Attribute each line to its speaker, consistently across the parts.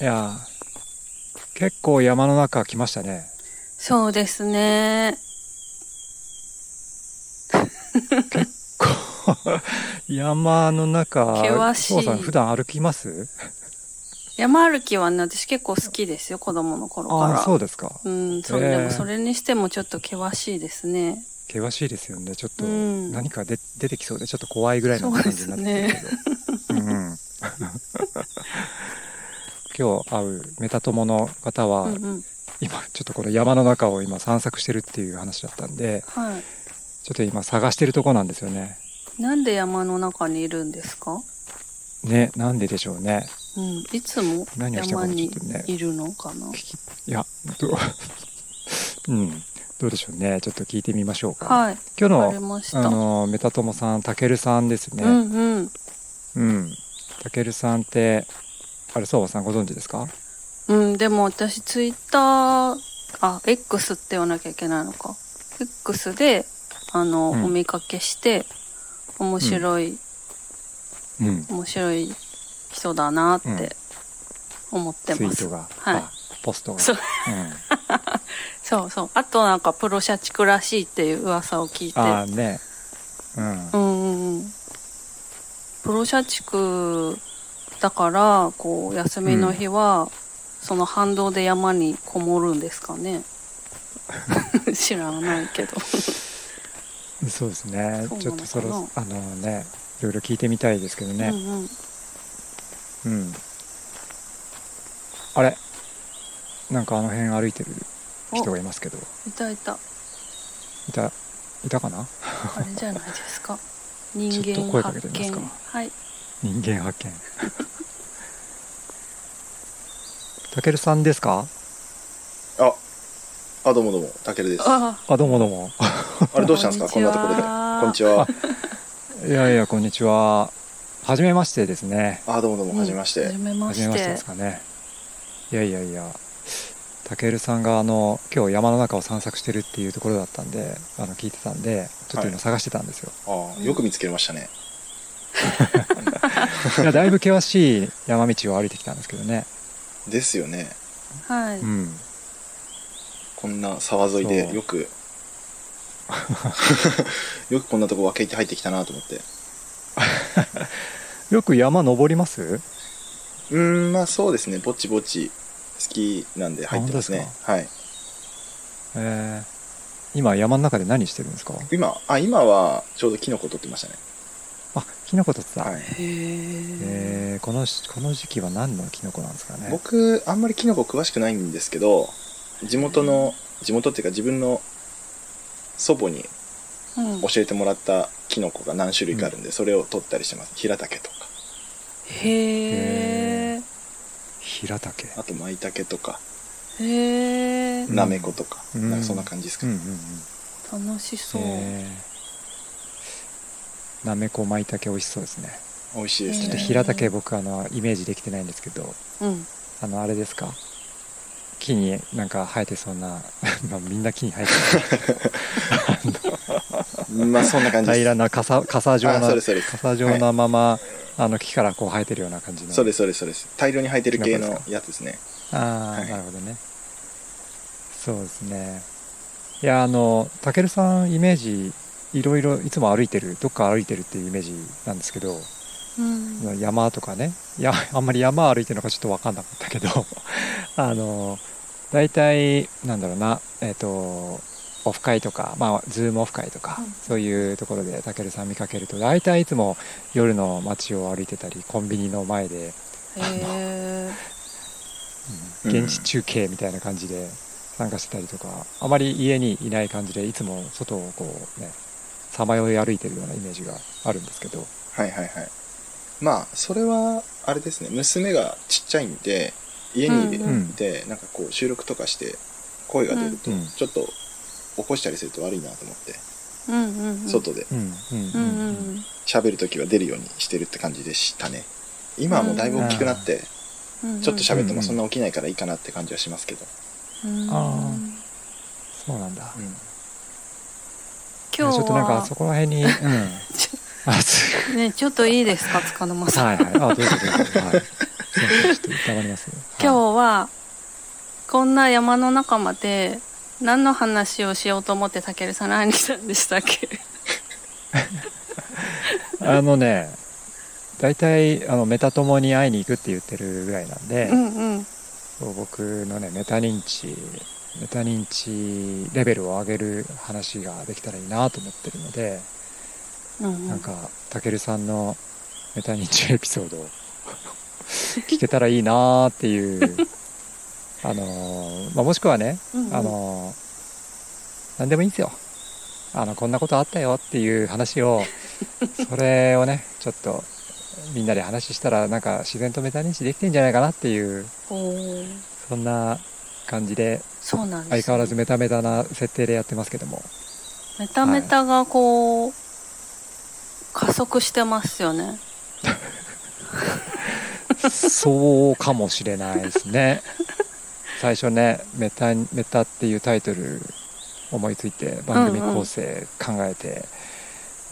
Speaker 1: いやー結構山の中来ましたね
Speaker 2: そうですね。
Speaker 1: 山の中
Speaker 2: 険しい
Speaker 1: 父さん普段歩きます
Speaker 2: 山歩きはね、私結構好きですよ、子供の頃から。
Speaker 1: ああそうですか
Speaker 2: うん、そう、
Speaker 1: へえ
Speaker 2: でもそれにしてもちょっと険しいですね。
Speaker 1: 険しいですよねちょっと
Speaker 2: うん
Speaker 1: 何かで出てきそうでちょっと怖いぐらいの感じになってるけど、うん 今日会うメタ友の方は、
Speaker 2: うんうん。
Speaker 1: 今ちょっとこの山の中を今散策してるっていう話だったんで
Speaker 2: は
Speaker 1: ちょっと今探してるとこなんですよね
Speaker 2: い。なんで山の中にいるんですか
Speaker 1: ねなんででしょうね
Speaker 2: うん。いつも
Speaker 1: 何をしてる
Speaker 2: 山
Speaker 1: かもちょ
Speaker 2: に
Speaker 1: っとね
Speaker 2: いるのかな
Speaker 1: 聞きいやどう うんどうでしょうねちょっと聞いてみましょうか、
Speaker 2: はい。
Speaker 1: 今
Speaker 2: わか
Speaker 1: 日
Speaker 2: り
Speaker 1: の
Speaker 2: まし
Speaker 1: あ
Speaker 2: た。
Speaker 1: のメタ友さんたけるさんです
Speaker 2: う
Speaker 1: ね
Speaker 2: んうん。
Speaker 1: うんたけるさんってあれ相馬さんご存知ですか
Speaker 2: うん、でも私ツイッター、あ、X って言わなきゃいけないのか。X で、あの、
Speaker 1: うん
Speaker 2: お見かけして、面白い、
Speaker 1: うん
Speaker 2: 面白い人だなっ
Speaker 1: うん
Speaker 2: て思って
Speaker 1: ツイ
Speaker 2: ま
Speaker 1: ー
Speaker 2: す。
Speaker 1: トが、
Speaker 2: はい
Speaker 1: あポストが
Speaker 2: そう
Speaker 1: うん
Speaker 2: そうそう。あとなんかプロ社畜らしいっていう噂を聞いて。
Speaker 1: ああ ねうん
Speaker 2: うんうんうん。プロ社畜だから、こう、休みの日は、その反動で山にこもるんですか ね。知らないけど。
Speaker 1: そうですね
Speaker 2: そうなのかな
Speaker 1: ちょっとそろあのねいろいろ聞いてみたいですけど
Speaker 2: う
Speaker 1: ね
Speaker 2: んうん
Speaker 1: うん、あれなんかあの辺歩いてる人がいますけど
Speaker 2: いたいた。
Speaker 1: いたいたかな
Speaker 2: あれじゃないですか。人
Speaker 1: ちょっと
Speaker 2: 間
Speaker 1: 声かけ
Speaker 2: 発
Speaker 1: てみます
Speaker 2: 見
Speaker 1: か。
Speaker 2: はい。
Speaker 1: 人間発見たけるさんですか
Speaker 3: あ、あ、どうもどうも、たけるです。あ
Speaker 2: あ
Speaker 1: あどうもどうも
Speaker 3: れどうしたんですか、
Speaker 2: こ
Speaker 3: こ
Speaker 2: ん
Speaker 3: ん
Speaker 2: に
Speaker 3: な
Speaker 2: ち
Speaker 3: と
Speaker 2: は
Speaker 3: ころで。こんにちは。
Speaker 1: いやいやこんにちははじめましてですね
Speaker 3: あ、どうもどうも、はじめまし
Speaker 2: あ、は
Speaker 3: て
Speaker 2: じ。めま
Speaker 1: はじめ
Speaker 2: し
Speaker 1: ましてで
Speaker 2: て
Speaker 1: す。かねいやいやいやたけるさんがあの今日山の中を散策してるっていうところだったんであの聞いてたんでちょっと
Speaker 3: は
Speaker 1: 今
Speaker 3: い
Speaker 1: 探してたんですよ、
Speaker 3: あよく見つけましたね。
Speaker 1: い、やだいぶ険しい山道を歩いてきたんですけどね
Speaker 3: ですよね。
Speaker 2: はい。
Speaker 1: うん
Speaker 3: こんな沢沿い
Speaker 1: そ
Speaker 3: で、
Speaker 1: う
Speaker 3: よく。 よくこんなとこ分け入ってきたなと思って。
Speaker 1: よく山登ります
Speaker 3: うーん、まあそうですね、ぼちぼち好きなんで入ってます
Speaker 1: あ
Speaker 3: ね
Speaker 1: 本当。
Speaker 3: はい。
Speaker 1: えー、今山の中で何してるんですか
Speaker 3: 今、あ、今はちょうどキノコ取ってましたね。
Speaker 1: あキノコとってた、
Speaker 2: へ
Speaker 3: はい。
Speaker 2: え。
Speaker 1: えーこのしこの時期は何のキノコなんですかね
Speaker 3: 僕、あんまりキノコ詳しくないんですけど、地元の、地元っていうか自分の祖母に
Speaker 2: うん。
Speaker 3: 教えてもらったキノコが何種類かあるんで、それを取ったりしてますヒラタケとか
Speaker 2: へえ。
Speaker 1: ヒラタケ
Speaker 3: あとマイタケとか
Speaker 2: へえ。
Speaker 1: うん
Speaker 3: ナメコとか,、
Speaker 1: うん
Speaker 3: なんかそんな感じですか、
Speaker 1: うんうんうん
Speaker 2: 楽しそう。
Speaker 1: えーなめこまいたけ美味しそうですね
Speaker 3: 美味しいで
Speaker 2: ち
Speaker 3: す
Speaker 2: ょ
Speaker 1: ちょっ
Speaker 2: っと
Speaker 1: と
Speaker 3: ね
Speaker 1: ヒラタケ僕あのイメージできてないんですけど
Speaker 2: うん。
Speaker 1: あのあれですか木になんか生えてそうな まあみんな木に生えてそう
Speaker 3: まあそんな感じ
Speaker 1: な
Speaker 3: です
Speaker 1: 平らな傘傘状
Speaker 3: あそう
Speaker 1: な
Speaker 3: ですそうです
Speaker 1: 傘状なまま、あの木からこう生えてるような感じの
Speaker 3: そうですそうですそうです大量に生えてる系
Speaker 1: キノコ
Speaker 3: の
Speaker 1: です
Speaker 3: やつですね
Speaker 1: ああ、
Speaker 3: はい
Speaker 1: なるほどねそうですねいやあのたけるさんイメージいろいろいつも歩いてるどっか歩いてるっていうイメージなんですけど
Speaker 2: うん。
Speaker 1: 山とかねいやあんまり山歩いてるのかちょっと分かんなかったけど あの大体なんだろうなえっ、とオフ会とか、まあ、ズームオフ会とか、
Speaker 2: うん
Speaker 1: そういうところでたけるさん見かけると大体いつも夜の街を歩いてたりコンビニの前で、
Speaker 2: へえ。
Speaker 1: うん
Speaker 3: うん
Speaker 1: 現地中継みたいな感じで参加してたりとかあまり家にいない感じでいつも外をこうねさまよい歩いてるようなイメージがあるんですけど
Speaker 3: はいはいはいまあそれはあれですね娘がちっちゃいんで家にいて、
Speaker 2: うん
Speaker 1: うん
Speaker 3: なんかこう収録とかして声が出ると、
Speaker 1: うん
Speaker 3: ちょっと起こしたりすると悪いなと思って、
Speaker 2: うんうんうん。
Speaker 3: 外で
Speaker 1: うんうんうん
Speaker 2: う
Speaker 1: ん
Speaker 2: う
Speaker 1: うんん
Speaker 3: 喋るときは出るようにしてるって感じでしたね今はもうだいぶ大きくなって、
Speaker 2: うんうん。
Speaker 3: ちょっと喋って
Speaker 1: うん
Speaker 3: もそんな起きないからいいかなって感じはしますけど、
Speaker 2: うん
Speaker 1: あそうなんだ
Speaker 2: 今
Speaker 1: ちょっ
Speaker 2: 日
Speaker 1: となんかそ
Speaker 2: は、
Speaker 1: こら辺に、うん、 あす
Speaker 2: ね、ちょっといいですか、つかの間さん。
Speaker 1: はいはいあどうぞどうぞはいすいません、ちょっと疑われますね。
Speaker 2: 今
Speaker 1: は
Speaker 2: 日はこんな山の中まで何の話をしようと思ってたけるさん何したんでしたっけ
Speaker 1: いあのね、大体、あの、メタ友に会いに行くって言ってるぐらいなんで、
Speaker 2: うんうん
Speaker 1: そう僕のねメタ認知メタ認知レベルを上げる話ができたらいいなと思ってるので、
Speaker 2: うんう
Speaker 1: なん
Speaker 2: ん
Speaker 1: かたけるさんのメタ認知エピソードを 聞けたらいいなって いうあのー、まあ、もしくはね、
Speaker 2: うんうん
Speaker 1: あのー、何でもいいんですよあのこんなことあったよっていう話 をそれをねちょっとみんなで話したらなんか自然とメタ認知できてんじゃないかなっていう
Speaker 2: おー
Speaker 1: そんな感じで
Speaker 2: そうなん
Speaker 1: 相
Speaker 2: です
Speaker 1: 変
Speaker 2: ね、
Speaker 1: わらずメタメタな設定でやってますけど も
Speaker 2: メタメタがこう、加速してますよね
Speaker 1: そうかもしれないですね最初ねメタ「メタ」っていうタイトル思いついて番組構成考えて、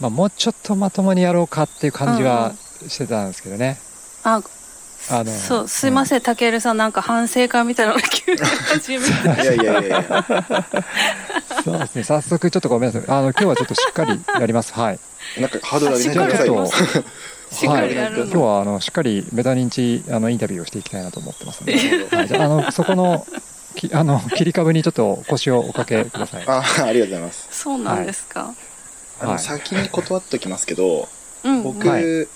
Speaker 1: まあ、もうちょっとまともにやろうかっていう感じはしてたんですけどね、
Speaker 2: あ
Speaker 1: あの
Speaker 2: そうすいませんたけるさんなんか反省会みたいなの急に 始めて
Speaker 3: いやいやいやいや。
Speaker 1: そうですね早速ちょっとごめんなさいあの今日はちょっとしっかりやります はい
Speaker 3: なんかハードル上げ
Speaker 2: し
Speaker 3: な
Speaker 2: っ
Speaker 3: いで
Speaker 2: か
Speaker 3: く
Speaker 2: り
Speaker 3: だ
Speaker 2: や
Speaker 3: さい
Speaker 2: り
Speaker 3: よ
Speaker 2: ま。すしっかりや
Speaker 1: 今
Speaker 2: る
Speaker 1: 日
Speaker 2: の
Speaker 1: はあのしっかりメタ認知あのインタビューをしていきたいなと思ってますので、
Speaker 3: なるほど
Speaker 1: はい、じゃああのそこのきあの切り株にちょっと腰をおかけください。
Speaker 3: あありがとうございます。
Speaker 2: そうなんですか、
Speaker 3: あの、
Speaker 1: はい
Speaker 3: 先に断っときますけど、
Speaker 2: うんうん
Speaker 3: 僕、
Speaker 1: はい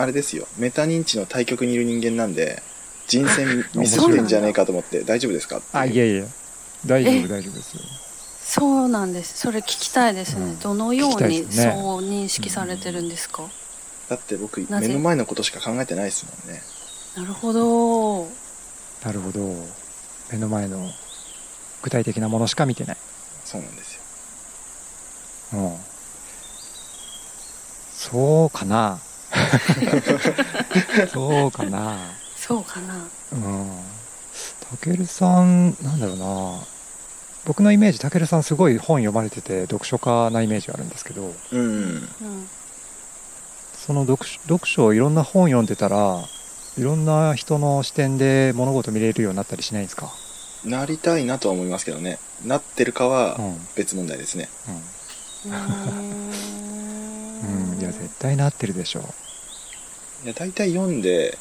Speaker 3: あれですよ、メタ認知の対極にいる人間なんで、人選ミス
Speaker 1: そうなん
Speaker 3: って
Speaker 1: だ
Speaker 3: んじゃねえかと思って、大丈夫ですか
Speaker 1: あいえいえ大丈
Speaker 2: え
Speaker 1: 夫大丈夫ですよ。
Speaker 2: そうなんですそれ聞きたいですね、
Speaker 1: うん
Speaker 2: どの
Speaker 1: 聞
Speaker 2: よ
Speaker 1: き
Speaker 2: う
Speaker 1: たい
Speaker 2: に
Speaker 1: ですね
Speaker 2: そう認識されてるんですか、
Speaker 3: だって僕、
Speaker 2: なぜ
Speaker 3: 目の前のことしか考えてないですもんね。
Speaker 2: なるほど
Speaker 1: なるほど目の前の具体的なものしか見てない。
Speaker 3: そうなんですよ。
Speaker 1: うん、そうか なそうかな。
Speaker 2: そうかな
Speaker 1: うんたけるさんなんだろうな僕のイメージたけるさんすごい本読まれてて読書家なイメージがあるんですけど。
Speaker 3: うんうん。
Speaker 2: うん
Speaker 1: その読書読書をいろんな本読んでたらいろんな人の視点で物事見れるようになったりしないんですか、
Speaker 3: なりたいなとは思いますけどね。なってるか
Speaker 1: うん
Speaker 3: は別問題ですね。
Speaker 2: う
Speaker 1: うん
Speaker 2: ー
Speaker 1: うん、いや絶対なってるでしょ
Speaker 3: いや、大体読んで、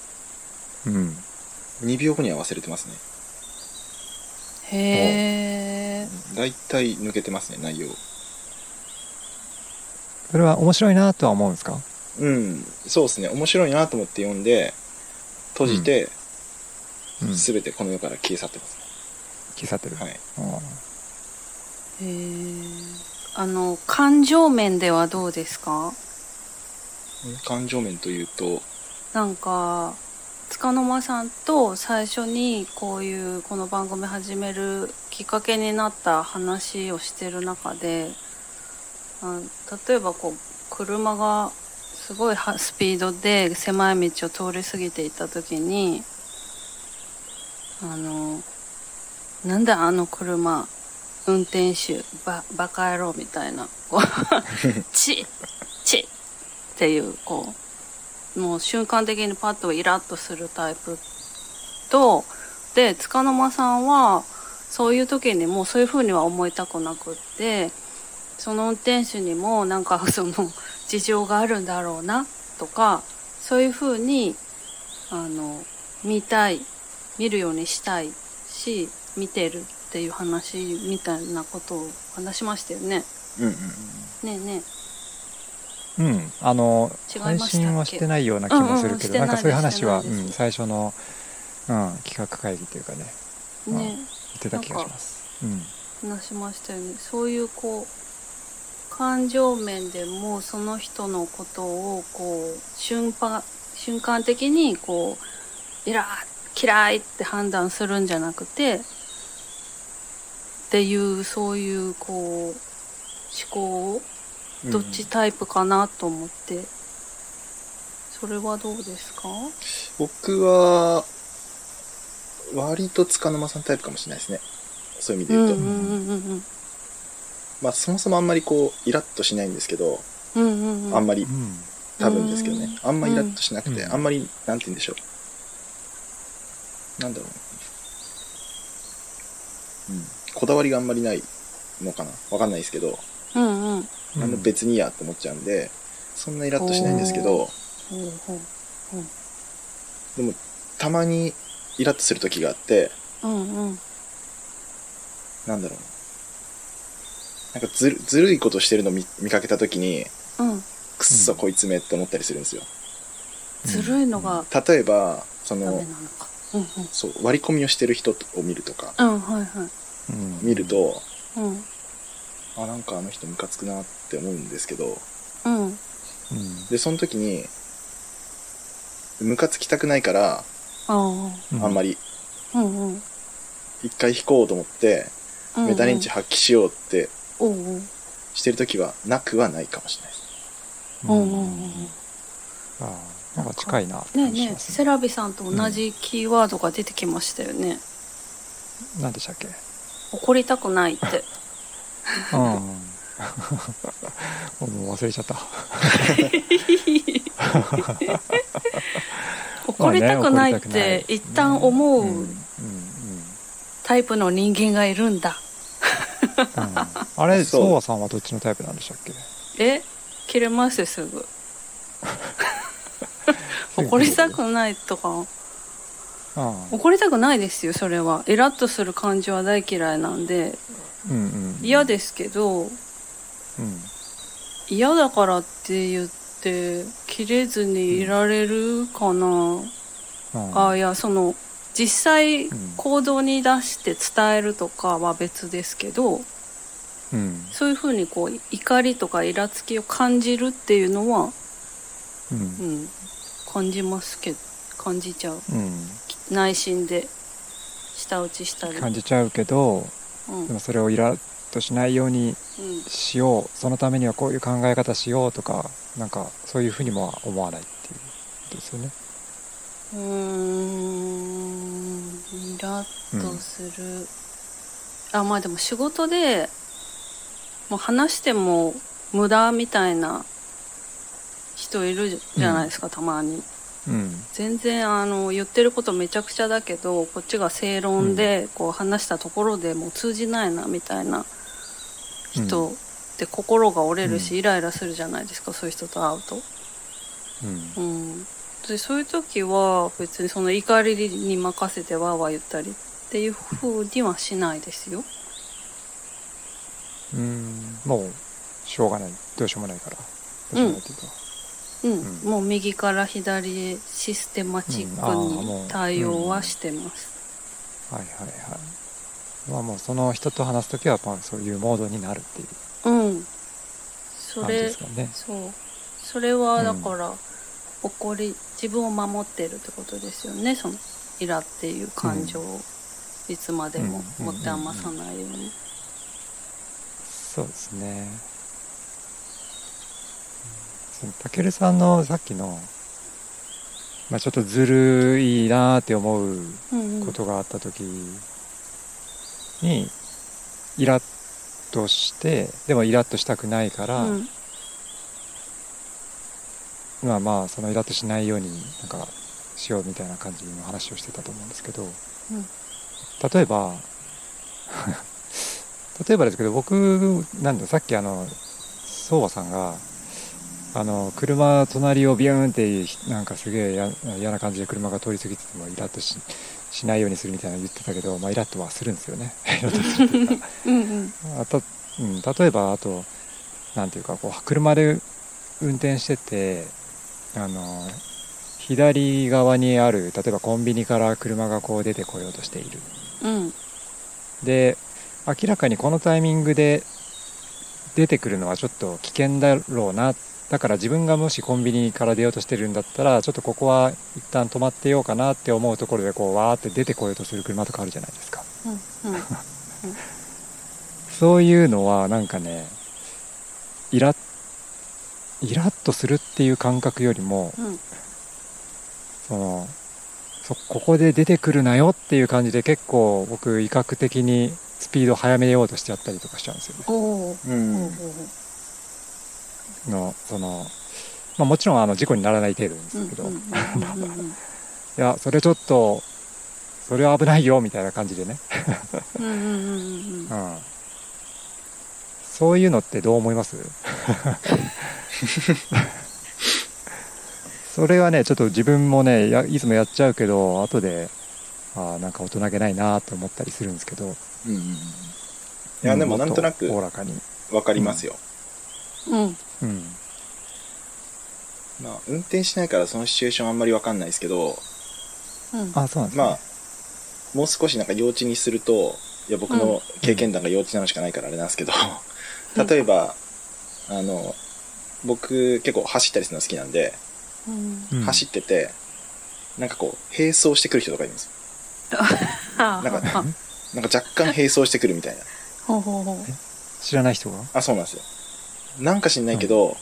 Speaker 1: う、うん、
Speaker 3: 2秒後には忘れてますね。
Speaker 2: へえ
Speaker 3: 大体抜けてますね、内容。
Speaker 1: それは面白いなとは思うんですか
Speaker 3: うん、そうですね。面白いなと思って読んで、閉じて、
Speaker 1: うん
Speaker 3: すべてこの世から消え去ってますね。
Speaker 1: 消さってる、
Speaker 3: はい。
Speaker 1: う
Speaker 2: へえあの感情面ではどうですか
Speaker 3: 感情面というと、
Speaker 2: なんか束の間さんと最初にこういうこの番組始めるきっかけになった話をしてる中であ例えばこう車がすごいはスピードで狭い道を通り過ぎていった時にあの「なんだあの車運転手ババカ野郎」みたいなこう 「チッチッ」っていうこうもう瞬間的にパッとイラッとするタイプとで束の間さんはそういう時にもうそういう風には思いたくなくってその運転手にもなんかその 事情があるんだろうなとかそういう風にあの見たい見るようにしたいし見てるっていう話みたいなことを話しましたよね。
Speaker 3: うんうん。
Speaker 2: ねえね
Speaker 1: ん、うん、あの
Speaker 2: 違いました
Speaker 1: 配
Speaker 2: っけ
Speaker 1: 信はしてないような気もするけど、
Speaker 2: うんうんしてない
Speaker 1: なんかそういう話は、
Speaker 2: してないで
Speaker 1: う
Speaker 2: す
Speaker 1: ん最初の、うん、企画会議というかね
Speaker 2: えね
Speaker 1: 言
Speaker 2: え。
Speaker 1: ってた気がします。うん
Speaker 2: 話しましたよねそういうこう感情面でもその人のことをこう瞬間瞬間的にこうイラー嫌いって判断するんじゃなくてっていうそういうこう思考を
Speaker 3: うん
Speaker 2: どっちタイプかなと思って、それはどうですか
Speaker 3: 僕は、割と束の間さんタイプかもしれないですね。そういう意味
Speaker 2: う
Speaker 3: で
Speaker 2: んう
Speaker 3: 言
Speaker 2: んう
Speaker 3: うと。
Speaker 2: んうん
Speaker 3: まあ、そもそもあんまりこう、イラッとしないんですけど、
Speaker 2: うんうんうん
Speaker 3: あんまり
Speaker 1: う、ん
Speaker 3: 多分ですけどね。あんまりイラッとしなくて、
Speaker 1: うん
Speaker 3: あんまり、なんて言うんでしょう。なんだろう、うん、こだわりがあんまりないのかなわかんないですけど、
Speaker 2: うんうん。
Speaker 1: うん
Speaker 3: あの別にいいやって思っちゃうんでそんなイラッとしないんですけど
Speaker 2: ほうほ
Speaker 3: たまにイラッとする時があって
Speaker 2: う。うんうん。
Speaker 3: なんだろうななんかずるずるいことしてるの見見かけた時に
Speaker 2: うん。
Speaker 3: くっそ
Speaker 1: うん
Speaker 3: こいつめって思ったりするんですよ
Speaker 2: ずるいのが
Speaker 3: 例えばそ
Speaker 2: ダメ
Speaker 3: の
Speaker 2: なのか。うんうん。
Speaker 3: そう割り込みをしてる人を見るとか
Speaker 2: うん、はいはい。
Speaker 1: うん
Speaker 3: 見ると
Speaker 2: うん。
Speaker 3: あなんかあの人ムカつくなって思うんですけど
Speaker 2: うん。
Speaker 1: うん
Speaker 3: でその時にムカつきたくないから
Speaker 2: あ
Speaker 1: うん
Speaker 3: あんまり
Speaker 2: あ。うんうん。
Speaker 3: 一回引こうと思って
Speaker 2: うんうん
Speaker 3: メタ認知。発揮しようって
Speaker 2: おうおう。
Speaker 3: してる時はなくはないかもしれないです
Speaker 2: うんうんうんうん。
Speaker 1: あーなんか近いなって
Speaker 2: ねえ
Speaker 1: 感じし
Speaker 2: ねえ、
Speaker 1: ます
Speaker 2: セ
Speaker 1: ね
Speaker 2: ラビさんと同じキーワードが出てきましたよね。
Speaker 1: 何でしたっけ
Speaker 2: 怒りたくないって。
Speaker 1: うんもう忘れちゃった
Speaker 2: 怒りたくないっ
Speaker 1: まあね
Speaker 2: て一旦思
Speaker 1: んん
Speaker 2: うんタイプの人間がいるんだ。
Speaker 1: うんうんあれ
Speaker 3: そう
Speaker 1: ソワさんはどっちのタイプなんでしたっけ
Speaker 2: え切れますよすぐ怒りたくないとか
Speaker 1: ああ
Speaker 2: 怒りたくないですよそれはイラッとする感じは大嫌いなんで
Speaker 1: うんうん
Speaker 2: 嫌ですけど
Speaker 1: うん
Speaker 2: 嫌だからって言って切れずにいられるかな、
Speaker 1: うん
Speaker 2: あいやその実際
Speaker 1: うん
Speaker 2: 行動に出して伝えるとかは別ですけ
Speaker 1: う
Speaker 2: ど
Speaker 1: ん
Speaker 2: そういうふうにこう怒りとかイラつきを感じるっていうのは、
Speaker 1: う
Speaker 2: うんん、感じますけど感じちゃう
Speaker 1: う
Speaker 2: 内心で舌打ちしたり、
Speaker 1: ん感じちゃうけど
Speaker 2: うん
Speaker 1: でもそれをイラッとしないように
Speaker 2: うん、
Speaker 1: しようそのためにはこういう考え方しようとかなんかそういうふうにも思わないっていうことですよね。
Speaker 2: うーんイラッとする、あまあでも仕事でもう話しても無駄みたいな人いるじゃないですか、たまに
Speaker 1: うん
Speaker 2: 全然あの言ってることめちゃくちゃだけどこっちが正論でこう話したところでもう通じないなみたいな人って心が折れるし、
Speaker 1: うん
Speaker 2: イライラするじゃないですかそういう人と会うと。
Speaker 1: うん
Speaker 2: うん、でそういう時は別にその怒りに任せてわーわー言ったりっていう風にはしないですよ。
Speaker 1: うんもうしょうがないどうしようもないからどうしようもないっていうか、
Speaker 2: うん、
Speaker 1: ん
Speaker 2: もう右から左へシステマチ
Speaker 1: うんあー
Speaker 2: ック
Speaker 1: も
Speaker 2: に
Speaker 1: う
Speaker 2: 対応はしてます。
Speaker 1: はいはいはいまあもうその人と話す時はまあそういうモードになるっていう
Speaker 2: うん、そ
Speaker 1: 感じで
Speaker 2: れ
Speaker 1: すかね。
Speaker 2: そうそれはだから、怒り自分を守ってるってことですよねそのイラっていう感情をいつまでも持って余さないように。
Speaker 1: そうですね。うんそのたけるさんのさっきの、まあ、ちょっとずるいなーって思う
Speaker 2: うんうん
Speaker 1: ことがあった時にイラッとしてでもイラッとしたくないから、
Speaker 2: うん
Speaker 1: まあまあそのイラッとしないようになんかしようみたいな感じの話をしてたと思うんですけど、例えば 例えばですけど僕なんださっきあの相馬さんがあの車隣をビューンってなんかすげえや嫌な感じで車が通り過ぎててもイラッとししないようにするみたいなの言ってたけど、まあ、イラッとはするんですよね。 イラッとするっていうか
Speaker 2: うんうん
Speaker 1: あと、うん、例えばあとなんていうかこう車で運転しててあの左側にある例えばコンビニから車がこう出てこようとしている
Speaker 2: うん
Speaker 1: で明らかにこのタイミングで出てくるのはちょっと危険だろうなだから自分がもしコンビニから出ようとしてるんだったらちょっとここは一旦止まってようかなって思うところでこうわーって出てこようとする車とかあるじゃないですか。
Speaker 2: うんうん
Speaker 1: そういうのはなんかねイライラッとするっていう感覚よりも
Speaker 2: うん
Speaker 1: そのそここで出てくるなよっていう感じで結構僕威嚇的にスピード早めようとしちゃったりとかしちゃうんですよね。
Speaker 2: おー
Speaker 3: うん
Speaker 2: おーお
Speaker 1: のそのまあ、もちろんあの事故にならない程度ですけ
Speaker 2: ー
Speaker 1: ど、
Speaker 2: うん
Speaker 1: いやそれちょっとそれは危ないよみたいな感じでね、
Speaker 2: うんうんうんうんうん
Speaker 1: うん、そういうのってどう思います それはねちょっと自分もねやいつもやっちゃうけど後であーなんか大人げないなと思ったりするんですけどい
Speaker 3: うんうんうん。いや、でもなんとなく
Speaker 1: おおらかに、
Speaker 3: わかりますよ。
Speaker 2: うん
Speaker 1: うん、
Speaker 3: まあ、運転しないからそのシチュエーションあんまりわかんないですけど、
Speaker 2: うん
Speaker 1: あそうなんですね、
Speaker 3: まあ、もう少しなんか幼稚にすると、いや、僕の経験談が幼稚なのしかないからあれなんですけど、
Speaker 2: うん
Speaker 3: 例えば、あの、僕結構走ったりするの好きなんで、
Speaker 2: うん
Speaker 1: うん
Speaker 3: 走ってて、なんかこう、並走してくる人とかいます。
Speaker 2: あ
Speaker 3: なん
Speaker 2: あ
Speaker 3: なんか若干並走してくるみたいな。
Speaker 2: ほうほうほう
Speaker 1: 知らない人が
Speaker 3: あ、そうなんですよ。なんか知んないけど、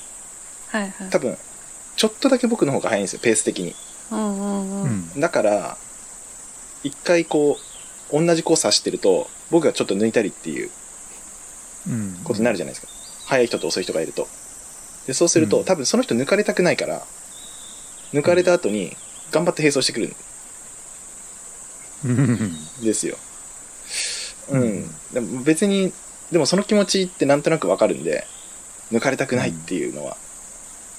Speaker 2: はいはい
Speaker 3: 多分、ちょっとだけ僕の方が早いんですよ、ペース的に。
Speaker 2: うんうんうん
Speaker 3: だから、一回こう、同じコース走ってると、僕がちょっと抜いたりっていう
Speaker 1: うん
Speaker 3: ことになるじゃないですか。早い人と遅い人がいると。で、そうすると、
Speaker 1: うん
Speaker 3: 多分その人抜かれたくないから、抜かれた後に、頑張って並走してくるん
Speaker 1: うんうん
Speaker 3: ですよ。うん。
Speaker 1: うん
Speaker 3: でも別に、でもその気持ちってなんとなくわかるんで、抜かれたくないっていうのは、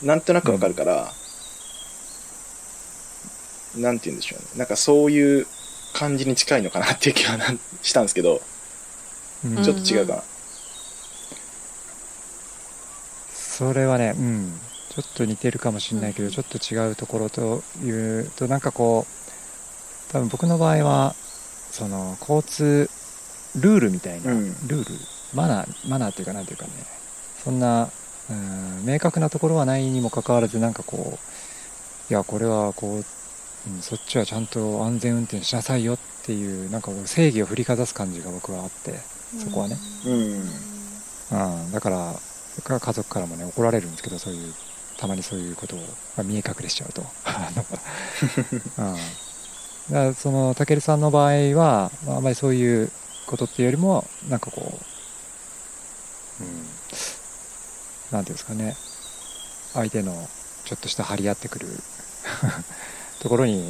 Speaker 3: なんとなくわかるから、なんて言うんでしょうね。なんかそういう感じに近いのかなっていう気はなんしたんですけど、
Speaker 1: うん
Speaker 3: ちょっと違うかな。
Speaker 1: それはね、うん、ちょっと似てるかもしれないけど、
Speaker 2: うん
Speaker 1: ちょっと違うところというと、なんかこう、多分僕の場合は、その交通ルールみたいな、
Speaker 3: うん
Speaker 1: ルール、マナー、マナーっていうか、なんていうかね、そんな、うん、明確なところはないにもかかわらず、なんかこう、いや、これはこう、うん、そっちはちゃんと安全運転しなさいよっていう、なんかこう正義を振りかざす感じが僕はあって。そこはね
Speaker 3: うん。
Speaker 1: うん、だからか家族からもね怒られるんですけどそういうたまにそういうことを、まあ、見え隠れしちゃうと。あのうんだからそのたけるさんの場合は、まあ、あまりそういうことっていうよりもなんかこう、うん、なんていうんですかね相手のちょっとした張り合ってくる ところに、うん、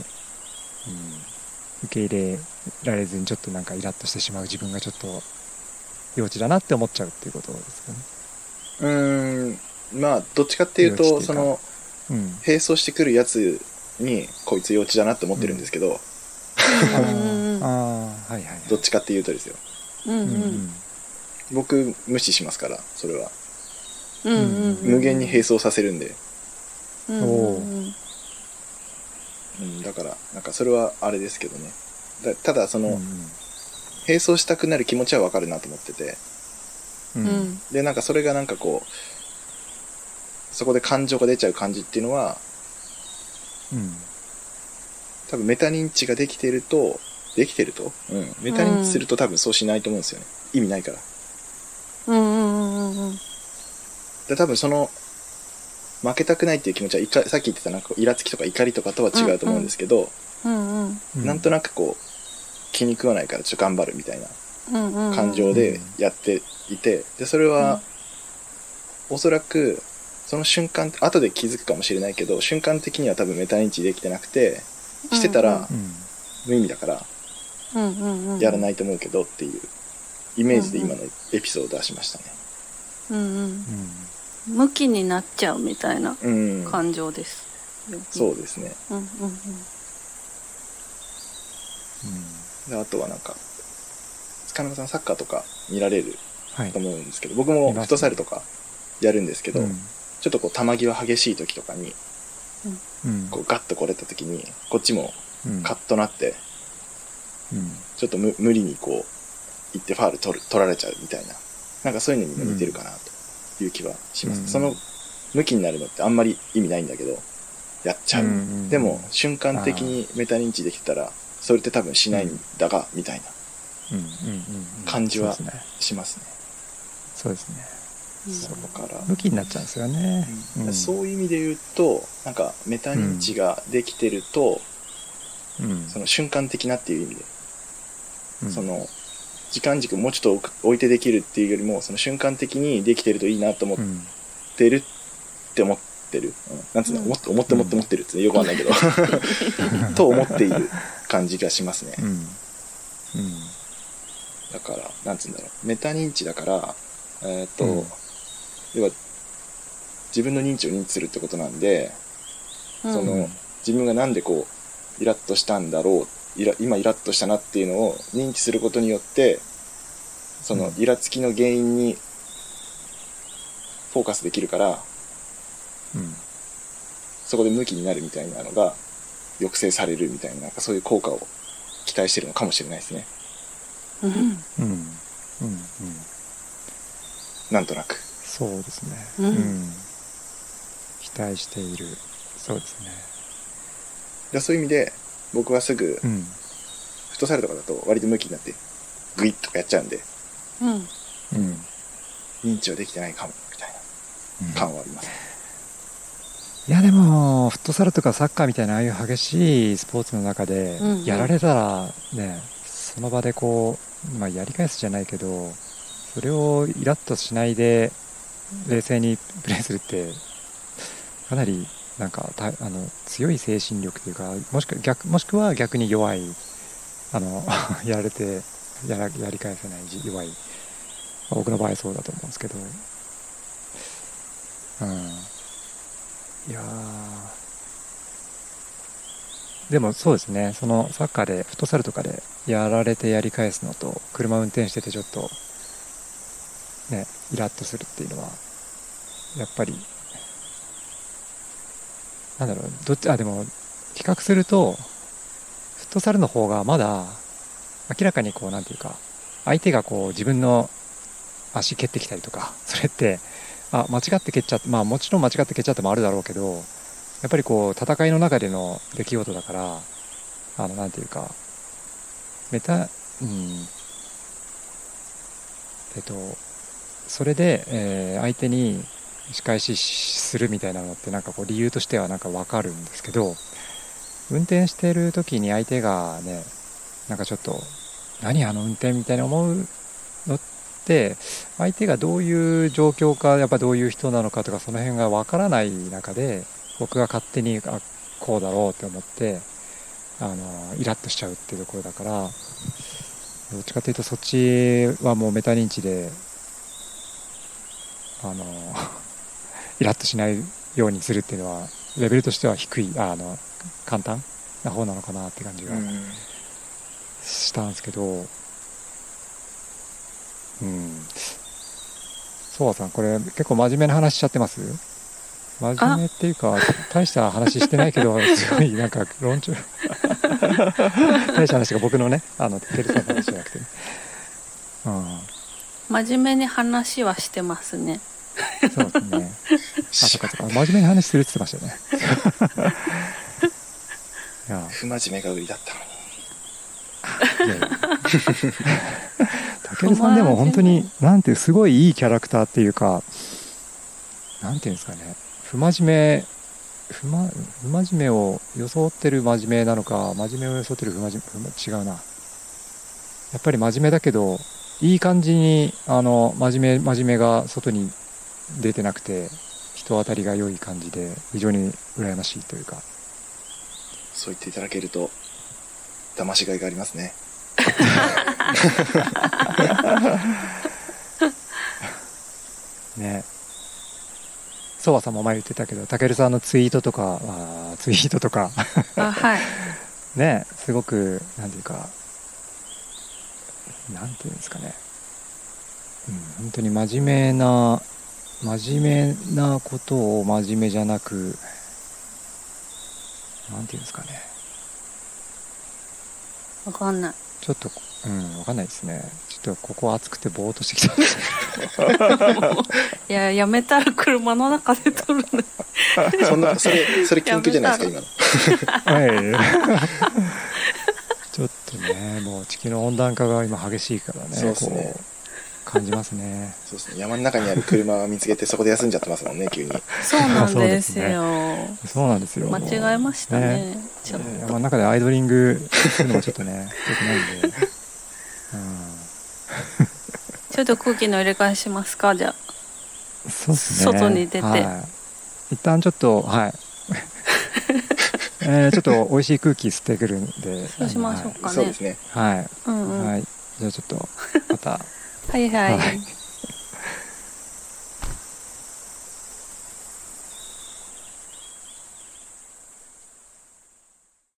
Speaker 1: 受け入れられずにちょっとなんかイラッとしてしまう自分がちょっと幼稚だなって思っちゃうっていうことですかね。
Speaker 3: うーん、まあ、どっちかっていう
Speaker 1: 幼
Speaker 3: と、
Speaker 1: 稚って
Speaker 3: そ
Speaker 1: いうか
Speaker 3: の、
Speaker 1: うん、
Speaker 3: 並走してくるやつに、こいつ幼稚だなって思ってるんですけど、
Speaker 1: あ
Speaker 2: うんう
Speaker 1: ー
Speaker 2: ん
Speaker 1: あーはいはいはい
Speaker 3: どっちかっていうとですよ。
Speaker 2: うん
Speaker 1: う
Speaker 2: うんん
Speaker 1: うん
Speaker 3: 僕、無視しますから、それは。
Speaker 2: うんうんうん
Speaker 3: 無限に並走させるんで。
Speaker 2: うん
Speaker 1: お
Speaker 2: うん
Speaker 3: うん、だから、なんかそれはあれですけどね。だただ、その、
Speaker 1: うん
Speaker 3: 並走したくなる気持ちはわかるなと思ってて。
Speaker 1: う
Speaker 2: うん
Speaker 1: んうん
Speaker 3: で、なんかそれがなんかこう、そこで感情が出ちゃう感じっていうのは、多分メタ認知ができてると、できてるとうん。メタ認知すると多分そうしないと思うんですよね。意味ないから。
Speaker 2: うんうんうんうん
Speaker 3: で多分その負けたくないっていう気持ちはいかさっき言ってたなんかこうイラつきとか怒りとかとは違うと思うんですけど、
Speaker 2: うんうん
Speaker 1: うん
Speaker 3: なんと
Speaker 1: な
Speaker 3: なくこう気に食わないからちょっと頑張るみたいな
Speaker 2: うんうんうん
Speaker 3: 感情でやっていて、でそれはおそらくその瞬間後で気づくかもしれないけど瞬間的には多分メタ認知できてなくてしてたら無意味だから
Speaker 2: うんうんうん
Speaker 3: やらないと思うけどっていうイメージで今のエピソードを出しましたね。
Speaker 2: うんうん向きになっちゃうみたいな
Speaker 3: うん、
Speaker 2: 感情です
Speaker 3: そううですね。
Speaker 2: うんうんうん
Speaker 3: であとはなんか塚山さんサッカーとか見られる
Speaker 1: はい
Speaker 3: と思うんですけど僕もフットサルとかやるんですけど、
Speaker 1: うん
Speaker 3: ちょっとこう球際激しい時とかに
Speaker 1: うん
Speaker 3: こうガッとこれた時にこっちも
Speaker 1: うん
Speaker 3: カッとなって
Speaker 1: うん
Speaker 3: ちょっと無無理にこう行ってファール取る取られちゃうみたいななんかそういうのにも似てるかなという気はします、
Speaker 1: うん
Speaker 3: その向きになるのってあんまり意味ないんだけどやっちゃう、
Speaker 1: うん
Speaker 3: でも瞬間的にメタ認知できてたらそれって多分しないんだが、みたい
Speaker 1: う
Speaker 3: な
Speaker 1: んうんうん
Speaker 3: 感じは
Speaker 1: そうですね
Speaker 3: しますね
Speaker 1: そうですね
Speaker 3: そこから
Speaker 1: 向きになっちゃうんですよねうん
Speaker 3: そういう意味で言うとなんかメタ認知ができてると、
Speaker 1: うん
Speaker 3: その瞬間的なっていう意味で、
Speaker 1: うん
Speaker 3: その時間軸もうちょっと置いてできるっていうよりもその瞬間的にできてるといいなと思っ
Speaker 1: うん
Speaker 3: てるって思ってる、うんなんつうの
Speaker 2: うん
Speaker 3: 思って思って思って思ってるってよくわかんないけど と思っている感じがしますね。
Speaker 1: うんうん
Speaker 3: だから、なんつうんだろう。メタ認知だから、えーっと、
Speaker 1: うん
Speaker 3: 要は、自分の認知を認知するってことなんで、
Speaker 2: うん
Speaker 3: その、自分がなんでこう、イラッとしたんだろう、イラ今イラッとしたなっていうのを認知することによって、その
Speaker 1: うん、
Speaker 3: イラつきの原因に、フォーカスできるから、
Speaker 1: うん
Speaker 3: そこで向きになるみたいなのが、抑制されるみたいな、なんかそういう効果を期待してるのかもしれないですね。
Speaker 2: うん
Speaker 1: うんうんうん
Speaker 3: なんとなく。
Speaker 1: そうですね、
Speaker 2: うん
Speaker 1: 期待しているそうですね
Speaker 3: でそういう意味で、僕はすぐ
Speaker 1: う、ん
Speaker 3: フットサルとかだと割とムキになって、グイッとかやっちゃうんで、
Speaker 2: うん
Speaker 1: うん
Speaker 3: 認知はできてないかも、みたい
Speaker 1: うん
Speaker 3: な感はあります。
Speaker 1: いやでもフットサルとかサッカーみたいなああいう激しいスポーツの中で
Speaker 2: うん
Speaker 1: やられたらねその場でこう、まあ、やり返すじゃないけどそれをイラッとしないで冷静にプレーするってかなりなんかたあの強い精神力というかもしくは逆もしくは逆に弱いあの やられてやらやり返せない弱い僕の場合そうだと思うんですけどうんいやーでもそうですね、そのサッカーで、フットサルとかでやられてやり返すのと、車運転しててちょっと、ね、イラッとするっていうのは、やっぱり、なんだろう、どっち、あ、でも、比較すると、フットサルの方がまだ、明らかにこう、なんていうか、相手がこう、自分の足蹴ってきたりとか、それって、あ間違って蹴っちゃって、まあ、もちろん間違って蹴っちゃってもあるだろうけどやっぱりこう戦いの中での出来事だからあのなんていうかメタうんえっとそれで、えー相手に仕返しするみたいなのってなんかこう理由としてはなんかわかるんですけど運転してる時に相手がねなんかちょっと何あの運転みたいに思うのって相手がどういう状況かやっぱどういう人なのかとかその辺がわからない中で僕が勝手にあこうだろうって思ってあのイラッとしちゃうっていうところだからどっちかというとそっちはもうメタ認知であの イラッとしないようにするっていうのはレベルとしては低いああの簡単な方なのかなって感じがしたんですけど、うん。そうさん、これ結構真面目な話しちゃってます真面目っていうか、大した話してないけど、すごいなんか論調。大した話が僕のね、あの、テルさんの話じゃなくてね。う
Speaker 2: 真面目に話はしてますね
Speaker 1: ん。そうですね。あ、そっかそっか。真面目に話するって言ってましたよね。いや、
Speaker 3: 不真面目が売りだったの
Speaker 1: い
Speaker 3: に。
Speaker 1: やいやたけるさんでも本当になんてすごいいいキャラクターっていうかなんていうんですかね不真面目不,、ま、不真面目を装ってる真面目なのか真面目を装ってる不真面目不違うなやっぱり真面目だけどいい感じにあの真面目真面目が外に出てなくて人当たりが良い感じで非常に羨ましいというか
Speaker 3: そう言っていただけると、騙しがいがありますね。
Speaker 1: ねソワさんも前言ってたけどたけるさんのツイートとかあーツイートとか
Speaker 2: あはい
Speaker 1: ねすごくなんていうかなんていうんですかね、うん、本当に真面目な真面目なことを真面目じゃなくなんていうんですかね
Speaker 2: わかんない
Speaker 1: ちょっとうんわかんないですねちょっとここ暑くてぼーっとしてきた
Speaker 2: いややめたら車の中で撮るの
Speaker 3: そんな、それ、それ緊急じゃないですか、
Speaker 2: や
Speaker 3: 今の。
Speaker 1: はいちょっとねもう地球の温暖化が今激しいからね
Speaker 3: そうっすね
Speaker 1: こう感じますね
Speaker 3: そうですね。山の中にある車を見つけて、そこで休んじゃってますもんね、急に。
Speaker 2: そうなんですよ
Speaker 1: そうなんですよ
Speaker 2: 間違えましたねちょっ
Speaker 1: 山の中でアイドリングするのもちょっと ね良くないんで、
Speaker 2: ちょっと空気の入れ替えしますかじゃあ
Speaker 1: うん、そうっすね
Speaker 2: 外に出て
Speaker 1: はい、一旦ちょっとはい えーちょっと美味しい空気吸ってくるんで。
Speaker 2: そうしましょうかね。
Speaker 3: そうですね。
Speaker 1: あのはい。
Speaker 2: うん
Speaker 1: はい。
Speaker 2: うん。は
Speaker 1: はいい。じゃあちょっと、また。
Speaker 2: はい。
Speaker 1: はい